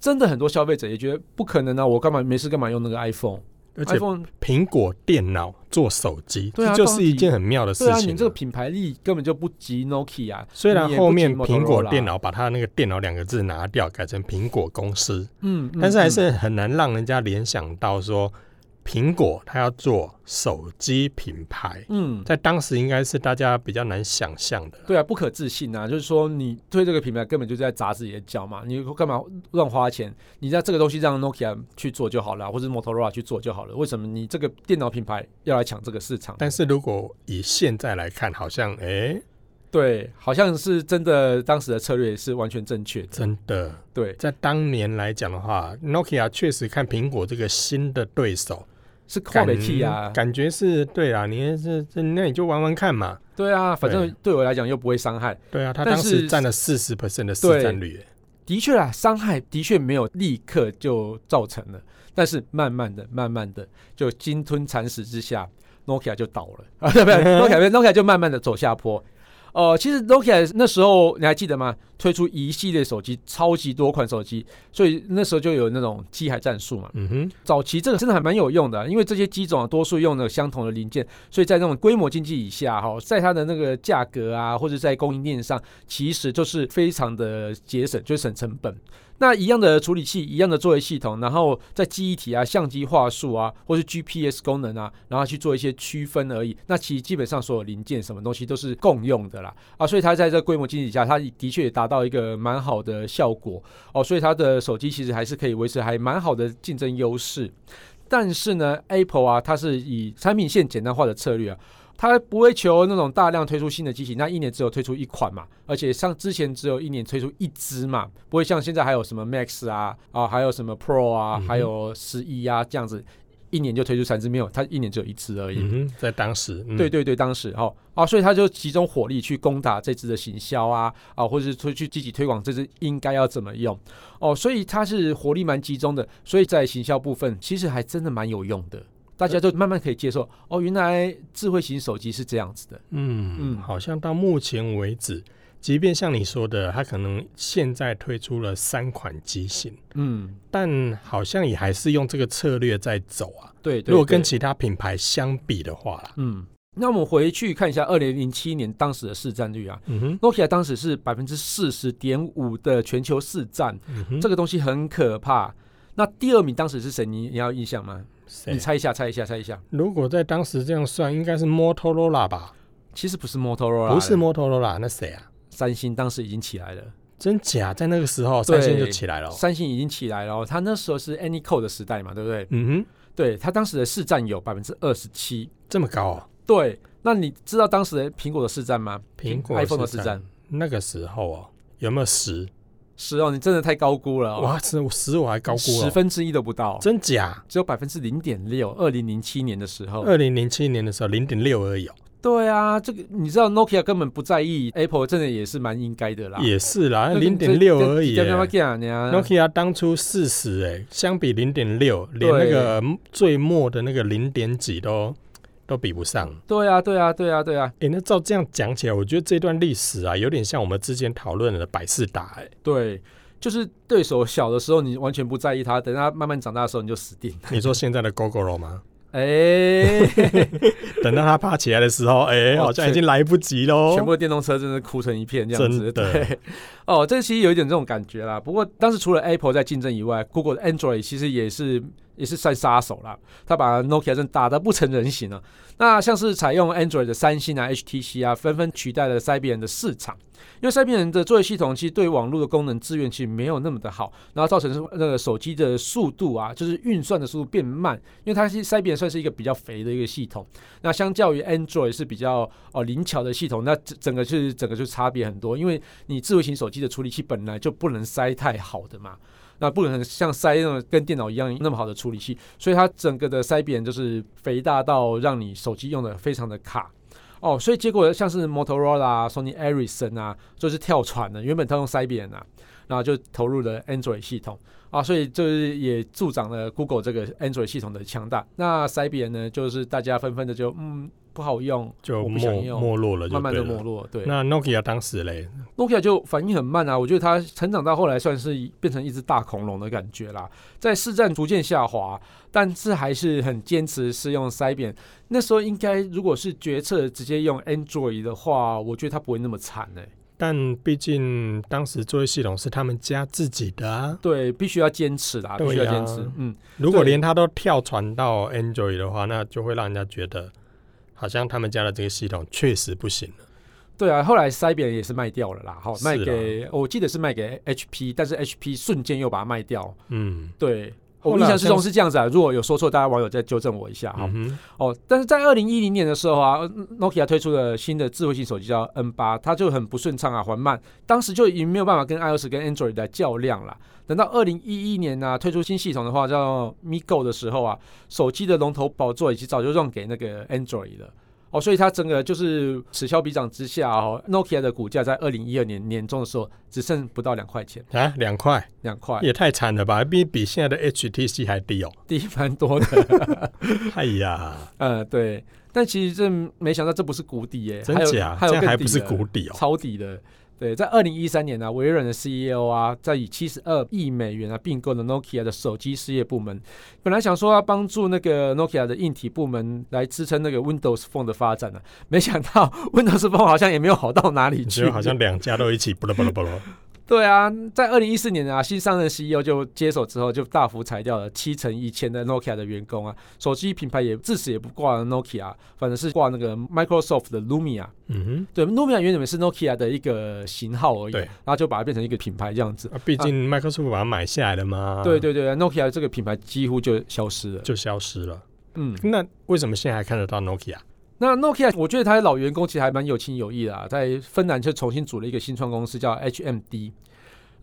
[SPEAKER 2] 真的很多消费者也觉得不可能啊，我干嘛没事干嘛用那个 iPhone？iPhone
[SPEAKER 1] 而且
[SPEAKER 2] 啊
[SPEAKER 1] 苹果电脑做手机，
[SPEAKER 2] 对啊
[SPEAKER 1] 这就是一件很妙的事
[SPEAKER 2] 对啊，
[SPEAKER 1] 情
[SPEAKER 2] 你
[SPEAKER 1] 啊。
[SPEAKER 2] 这个品牌力根本就不及 Nokia。啊
[SPEAKER 1] 虽然
[SPEAKER 2] 你也不
[SPEAKER 1] 后面
[SPEAKER 2] 及
[SPEAKER 1] 苹果
[SPEAKER 2] Motorola
[SPEAKER 1] 电，脑把它那个“电脑”两个字拿掉，改成苹果公司，
[SPEAKER 2] 嗯，嗯
[SPEAKER 1] 但是还
[SPEAKER 2] 嗯
[SPEAKER 1] 是很难让人家联想到说，苹果它要做手机品牌，
[SPEAKER 2] 嗯，
[SPEAKER 1] 在当时应该是大家比较难想象的。
[SPEAKER 2] 对啊，不可置信啊！就是说，你对这个品牌根本就在砸自己的脚嘛，你干嘛乱花钱？你让这个东西让 Nokia 去做就好了，啊或者 Motorola 去做就好了。为什么你这个电脑品牌要来抢这个市场？
[SPEAKER 1] 但是如果以现在来看，好像哎、诶
[SPEAKER 2] 对，好像是真的，当时的策略是完全正确的。
[SPEAKER 1] 真的
[SPEAKER 2] 对，
[SPEAKER 1] 在当年来讲的话，Nokia 确实看苹果这个新的对手，
[SPEAKER 2] 是跨媒体啊，
[SPEAKER 1] 感觉是对啊，你是这那你就玩玩看嘛。
[SPEAKER 2] 对啊，反正
[SPEAKER 1] 对
[SPEAKER 2] 对我来讲又不会伤害。
[SPEAKER 1] 对啊，他
[SPEAKER 2] 但
[SPEAKER 1] 当
[SPEAKER 2] 是
[SPEAKER 1] 时占了四十 percent 的市占率耶，
[SPEAKER 2] 的确啊，伤害的确没有立刻就造成了，但是慢慢的、慢慢的，就鲸吞蚕食之下，Nokia 就倒了 啊，对不对？Nokia Nokia 就慢慢的走下坡。哦、其实 Nokia 那时候你还记得吗？推出一系列手机，超级多款手机，所以那时候就有那种机海战术嘛。
[SPEAKER 1] 嗯哼，
[SPEAKER 2] 早期这个真的还蛮有用的，因为这些机种啊，多数用的相同的零件，所以在那种规模经济以下，哈，在它的那个价格啊，或者在供应链上，其实就是非常的节省，就是省成本。那一样的处理器，一样的作业系统，然后在记忆体啊、相机话术啊，或是 GPS 功能啊，然后去做一些区分而已。那其实基本上所有零件什么东西都是共用的啦，啊，所以它在这规模经济下，它的确也达到一个蛮好的效果。哦，所以它的手机其实还是可以维持还蛮好的竞争优势。但是呢，Apple 啊，它是以产品线简单化的策略啊，它不会求那种大量推出新的机型，那一年只有推出一款嘛，而且像之前只有一年推出一支嘛，不会像现在还有什么 Max 啊啊，还有什么 Pro 啊，
[SPEAKER 1] 嗯哼
[SPEAKER 2] 还有十一啊这样子，一年就推出三支，没有，它一年只有一支而已。
[SPEAKER 1] 嗯哼，在当时，嗯
[SPEAKER 2] 对，对对，当时哈、哦、啊，所以他就集中火力去攻打这支的行销啊啊，或者是出去积极推广这支应该要怎么用哦，所以他是火力蛮集中的，所以在行销部分其实还真的蛮有用的。大家就慢慢可以接受哦，原来智慧型手机是这样子的。
[SPEAKER 1] 嗯，
[SPEAKER 2] 嗯
[SPEAKER 1] 好像到目前为止，即便像你说的，它可能现在推出了三款机型，
[SPEAKER 2] 嗯，
[SPEAKER 1] 但好像也还是用这个策略在走啊。
[SPEAKER 2] 对对
[SPEAKER 1] 如果跟
[SPEAKER 2] 对
[SPEAKER 1] 其他品牌相比的话啦，
[SPEAKER 2] 嗯，那我们回去看一下二零零七年当时的市占率啊
[SPEAKER 1] 嗯哼，
[SPEAKER 2] ，Nokia 当时是百分之四十点五的全球市占，
[SPEAKER 1] 嗯哼，
[SPEAKER 2] 这个东西很可怕。那第二名当时是谁？你你要有印象吗？
[SPEAKER 1] 谁
[SPEAKER 2] 你猜一下，猜一下，猜一下。
[SPEAKER 1] 如果在当时这样算，应该是 Motorola 吧？
[SPEAKER 2] 其实不是 Motorola，
[SPEAKER 1] 不是 Motorola，那谁啊？
[SPEAKER 2] 三星，当时已经起来了。
[SPEAKER 1] 真假？在那个时候，
[SPEAKER 2] 对
[SPEAKER 1] 三星就起来了哦。
[SPEAKER 2] 三星已经起来了哦，它那时候是 Anycode 的时代嘛，对不对？
[SPEAKER 1] 嗯哼，
[SPEAKER 2] 对，它当时的市占有百分之二十七。
[SPEAKER 1] 这么高哦，
[SPEAKER 2] 对，那你知道当时的苹果的市占吗？
[SPEAKER 1] 苹果
[SPEAKER 2] iPhone 的市占，
[SPEAKER 1] 那个时候哦，有没有十？
[SPEAKER 2] 十哦，你真的太高估了、哦，
[SPEAKER 1] 哇，十十我还高估
[SPEAKER 2] 十
[SPEAKER 1] 了哦，
[SPEAKER 2] 分之一都不到，
[SPEAKER 1] 真假？
[SPEAKER 2] 只有百分之零点六。二零零七年的时候，
[SPEAKER 1] 二零零七年的时候零点六而已哦，
[SPEAKER 2] 对啊，这个你知道 Nokia 根本不在意，Apple 真的也是蛮应该的啦，
[SPEAKER 1] 也是啦，
[SPEAKER 2] 那
[SPEAKER 1] 零点六而已耶。
[SPEAKER 2] Nokia
[SPEAKER 1] Nokia 当初四十哎，相比零点六，连那
[SPEAKER 2] 对
[SPEAKER 1] 个最末的那个零点几都都比不上。
[SPEAKER 2] 对啊，对啊，对啊，对啊，
[SPEAKER 1] 哎、那照这样讲起来，我觉得这段历史啊，有点像我们之前讨论的百事达、欸。
[SPEAKER 2] 对，就是对手小的时候你完全不在意它，等它慢慢长大的时候你就死定了。
[SPEAKER 1] 你说现在的 GoGo 吗？
[SPEAKER 2] 哎，
[SPEAKER 1] 等到它爬起来的时候，哎、
[SPEAKER 2] 哦
[SPEAKER 1] 好像已经来不及喽。
[SPEAKER 2] 全部的电动车真的哭成一片这样
[SPEAKER 1] 哦真的
[SPEAKER 2] 子。对，哦，这其实有一点这种感觉啦。不过当时除了 Apple 在竞争以外，Google 的 Android 其实也是也是算杀手啦，他把 Nokia 真打得不成人形了、啊那像是采用 Android 的三星啊、HTC 啊，纷纷取代了 Symbian 的市场，因为 Symbian 的作业系统其实对网络的功能资源其实没有那么的好，然后造成是那个手机的速度啊，就是运算的速度变慢，因为它是 Symbian 算是一个比较肥的一个系统。那相较于 Android 是比较哦灵巧的系统，那整整个是整个就差别很多，因为你智慧型手机的处理器本来就不能塞太好的嘛，那不可能像塞那种跟电脑一样那么好的处理器，所以它整个的塞扁就是肥大到让你手机用的非常的卡。哦，所以结果像是 Motorola 啊、Sony Ericsson 啊，就是跳船了。原本它用塞扁啊，然后就投入了 Android 系统啊，所以就是也助长了 Google 这个 Android 系统的强大。那塞扁呢，就是大家纷纷的就嗯不好用，
[SPEAKER 1] 就
[SPEAKER 2] 我不想
[SPEAKER 1] 没
[SPEAKER 2] 用
[SPEAKER 1] 没落了就
[SPEAKER 2] 慢慢
[SPEAKER 1] 对
[SPEAKER 2] 的
[SPEAKER 1] 了。
[SPEAKER 2] 没落。对，
[SPEAKER 1] 那 Nokia 当时嘞，
[SPEAKER 2] Nokia 就反应很慢啊，我觉得它成长到后来算是变成一只大恐龙的感觉啦，在市占逐渐下滑，但是还是很坚持是用塞扁。那时候应该如果是决策直接用 Android 的话，我觉得它不会那么惨哎、
[SPEAKER 1] 但毕竟当时作业系统是他们家自己的啊。
[SPEAKER 2] 对，必须要坚持啦，
[SPEAKER 1] 对
[SPEAKER 2] 必
[SPEAKER 1] 呀
[SPEAKER 2] 须要坚持。嗯，
[SPEAKER 1] 如果
[SPEAKER 2] 对
[SPEAKER 1] 连它都跳船到 Android 的话，那就会让人家觉得好像他们家的这个系统确实不行了。
[SPEAKER 2] 对啊，后来塞扁也是卖掉了啦，好，
[SPEAKER 1] 是啊
[SPEAKER 2] 卖给、哦我记得是卖给 HP，但是 HP 瞬间又把它卖掉。
[SPEAKER 1] 嗯，
[SPEAKER 2] 对，
[SPEAKER 1] 后
[SPEAKER 2] 我
[SPEAKER 1] 来
[SPEAKER 2] 印
[SPEAKER 1] 好
[SPEAKER 2] 象之
[SPEAKER 1] 像
[SPEAKER 2] 中是这样子啊，如果有说错，大家网友再纠正我一下哈。
[SPEAKER 1] 嗯哼
[SPEAKER 2] 哦，但是在二零一零年的时候啊呃，Nokia 推出了新的智慧型手机叫 N 八，它就很不顺畅啊，缓慢，当时就已经没有办法跟 iOS 跟 Android 来较量了。等到二零一一年呢、推出新系统的话叫 MiGo 的时候啊，手机的龙头宝座已经早就让给那个 Android 了。哦，所以它整个就是此消彼长之下哦，Nokia 的股价在二零一二年年中的时候只剩不到两块钱，
[SPEAKER 1] 啊，两块
[SPEAKER 2] 两块
[SPEAKER 1] 也太惨了吧，比比现在的 HTC 还低哦。
[SPEAKER 2] 低蛮多的。
[SPEAKER 1] 哎呀，
[SPEAKER 2] 呃，对，但其实这没想到这不是谷底耶、
[SPEAKER 1] 真
[SPEAKER 2] 还有
[SPEAKER 1] 假？
[SPEAKER 2] 还
[SPEAKER 1] 这
[SPEAKER 2] 有
[SPEAKER 1] 样
[SPEAKER 2] 更
[SPEAKER 1] 还
[SPEAKER 2] 底
[SPEAKER 1] 不是
[SPEAKER 2] 的
[SPEAKER 1] 谷底哦。
[SPEAKER 2] 抄底的。对，在二零一三年呢、微软的 CEO 啊，在以七十二亿美元啊并购了 Nokia 的手机事业部门。本来想说要帮助那个 Nokia 的硬体部门来支撑那个 Windows Phone 的发展呢、啊没想到 Windows Phone 好像也没有好到哪里去
[SPEAKER 1] 就。好像两家都一起巴拉巴拉巴 拉。
[SPEAKER 2] 对啊，在二零一四年啊，新上任 CEO 就接手之后，就大幅裁掉了七成以前的 Nokia 的员工啊，手机品牌也自此也不挂了 Nokia，反啊而是挂那个 Microsoft 的 Lumia。啊
[SPEAKER 1] 嗯
[SPEAKER 2] 对，Lumia 原本是 Nokia 的一个型号而已，
[SPEAKER 1] 对
[SPEAKER 2] 然后就把它变成一个品牌这样子。
[SPEAKER 1] 哼，啊，毕竟 Microsoft 把它买下来了嘛，
[SPEAKER 2] 对，对对，Nokia 这个品牌几乎就消失了。
[SPEAKER 1] 嗯就消失了。
[SPEAKER 2] 嗯，
[SPEAKER 1] 那为什么现在还看得到 Nokia？
[SPEAKER 2] 那 Nokia 我觉得它的老员工其实还蛮有情有义的、啊，在芬兰就重新组了一个新创公司叫 HMD。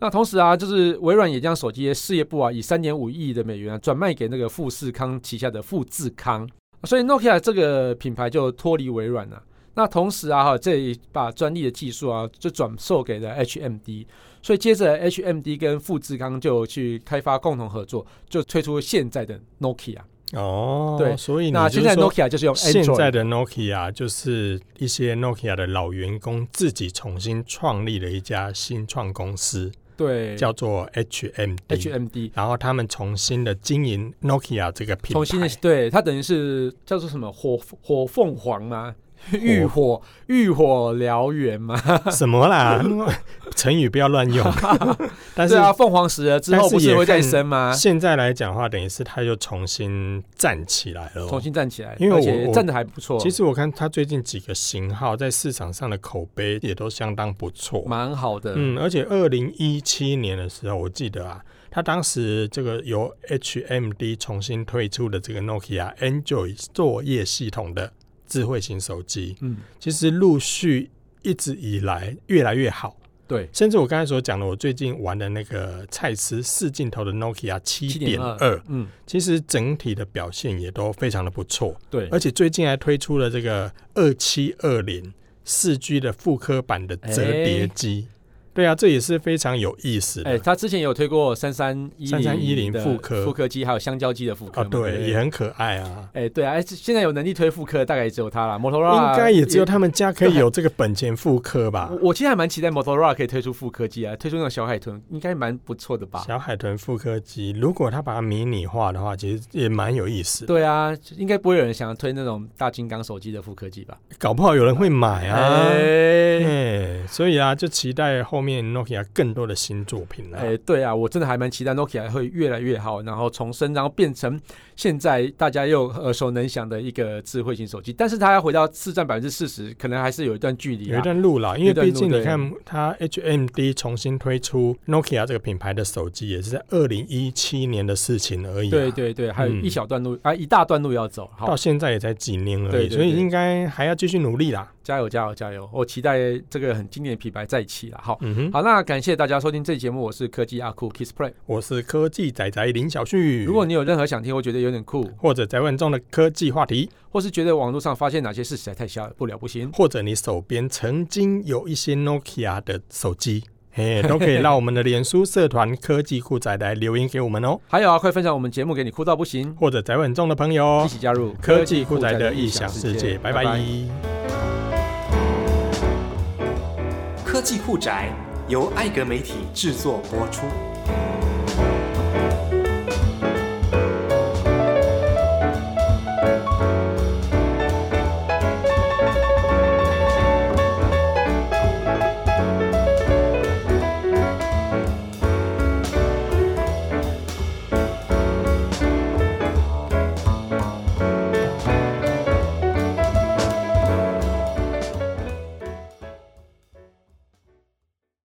[SPEAKER 2] 那同时啊，就是微软也将手机的事业部啊，以三点五亿的美元啊转卖给那个富士康旗下的富士康，所以 Nokia 这个品牌就脱离微软了、那同时啊，哈，这一把专利的技术啊，就转售给了 HMD，所以接着 HMD 跟富士康就去开发共同合作，就推出现在的 Nokia。
[SPEAKER 1] 哦，
[SPEAKER 2] 对
[SPEAKER 1] 所以
[SPEAKER 2] 那
[SPEAKER 1] 你就
[SPEAKER 2] 现
[SPEAKER 1] 是
[SPEAKER 2] 在
[SPEAKER 1] 说
[SPEAKER 2] Nokia 就是用
[SPEAKER 1] 现
[SPEAKER 2] Android，
[SPEAKER 1] 在的 Nokia 就是一些 Nokia 的老员工自己重新创立了一家新创公司，
[SPEAKER 2] 对
[SPEAKER 1] 叫做 HMD。
[SPEAKER 2] HMD，
[SPEAKER 1] 然后他们重新的经营 Nokia 这个品牌，
[SPEAKER 2] 重新的对它等于是叫做什么火火凤凰吗？浴火浴火燎原吗？
[SPEAKER 1] 什么啦？ 成语不要乱用。但是
[SPEAKER 2] 对啊，凤凰死了之
[SPEAKER 1] 但
[SPEAKER 2] 后
[SPEAKER 1] 是
[SPEAKER 2] 不是
[SPEAKER 1] 也
[SPEAKER 2] 会再
[SPEAKER 1] 看
[SPEAKER 2] 生吗？
[SPEAKER 1] 现在来讲的话，等于是他又重新站起来了哦、
[SPEAKER 2] 重新站起来，
[SPEAKER 1] 因为
[SPEAKER 2] 而
[SPEAKER 1] 我
[SPEAKER 2] 且
[SPEAKER 1] 我
[SPEAKER 2] 站的还不错，
[SPEAKER 1] 其实我看他最近几个型号在市场上的口碑也都相当不错。
[SPEAKER 2] 蛮好的。
[SPEAKER 1] 嗯，而且二零一七年的时候，我记得啊，他当时这个由 HMD 重新推出的这个 Nokia Enjoy 作业系统的智慧型手机，
[SPEAKER 2] 嗯，
[SPEAKER 1] 其实陆续一直以来越来越好。
[SPEAKER 2] 对，
[SPEAKER 1] 甚至我刚才所讲的，我最近玩的那个蔡司四镜头的 Nokia 七点
[SPEAKER 2] 7.2
[SPEAKER 1] 二，
[SPEAKER 2] 嗯，
[SPEAKER 1] 其实整体的表现也都非常的不错。
[SPEAKER 2] 对，
[SPEAKER 1] 而且最近还推出了这个二七二零四 G 的复刻版的折叠机，对啊，这也是非常有意思的。啊
[SPEAKER 2] 哎，他之前也有推过三三一
[SPEAKER 1] 3310
[SPEAKER 2] 的
[SPEAKER 1] 复刻
[SPEAKER 2] 复刻机，还有香蕉机的复刻
[SPEAKER 1] 啊，
[SPEAKER 2] 嘛，不
[SPEAKER 1] 对，也很可爱啊。
[SPEAKER 2] 哎，对啊，哎，现在有能力推复刻的大概也只有他啦。摩托罗拉
[SPEAKER 1] 应该也只有他们家可以有这个本钱复刻吧
[SPEAKER 2] 我。我其实还蛮期待 Motorola 可以推出复刻机啊，推出那种小海豚，应该蛮不错的吧？
[SPEAKER 1] 小海豚复刻机，如果它把它迷你化的话，其实也蛮有意思的。
[SPEAKER 2] 对啊，应该不会有人想要推那种大金刚手机的复刻机吧？
[SPEAKER 1] 搞不好有人会买啊。
[SPEAKER 2] 哎
[SPEAKER 1] 哎，所以啊，就期待后面 Nokia 更多的新作品了、
[SPEAKER 2] 哎、对啊，我真的还蛮期待 Nokia 会越来越好，然后重生，然后变成现在大家又耳熟能详的一个智慧型手机。但是它要回到市占百分之四十，可能还是有一段距离
[SPEAKER 1] 有
[SPEAKER 2] 啊
[SPEAKER 1] 一。段路啦，因为毕竟
[SPEAKER 2] 有
[SPEAKER 1] 你
[SPEAKER 2] 一段
[SPEAKER 1] 看，它 HMD 重新推出 Nokia 这个品牌的手机，也是在二零一七年的事情而已、啊。
[SPEAKER 2] 对，对对，还有一小段路、啊，一大段路要走。好
[SPEAKER 1] 到，现在也才几年而已，
[SPEAKER 2] 对对对
[SPEAKER 1] 所以应该还要继续努力啦。
[SPEAKER 2] 加油加油加油！我期待这个很经典的品牌再起了。好，
[SPEAKER 1] 嗯嗯哼，
[SPEAKER 2] 好，那感谢大家收听这期节目，我是科技阿酷 Kiss Play。
[SPEAKER 1] 我是科技仔仔林小旭。
[SPEAKER 2] 如果你有任何想听，我觉得有点酷，
[SPEAKER 1] 或者在问中的科技话题，
[SPEAKER 2] 或是觉得网络上发现哪些事实在太瞎了，不了不行，
[SPEAKER 1] 或者你手边曾经有一些 Nokia 的手机，哎，都可以让我们的脸书社团科技酷仔来留言给我们哦。
[SPEAKER 2] 还有啊，快分享我们节目给你酷到不行，
[SPEAKER 1] 或者宅稳重的朋友哦
[SPEAKER 2] 一，起加入
[SPEAKER 1] 科技酷宅的异想世界，拜拜。
[SPEAKER 3] 科技酷宅由艾格媒体制作播出。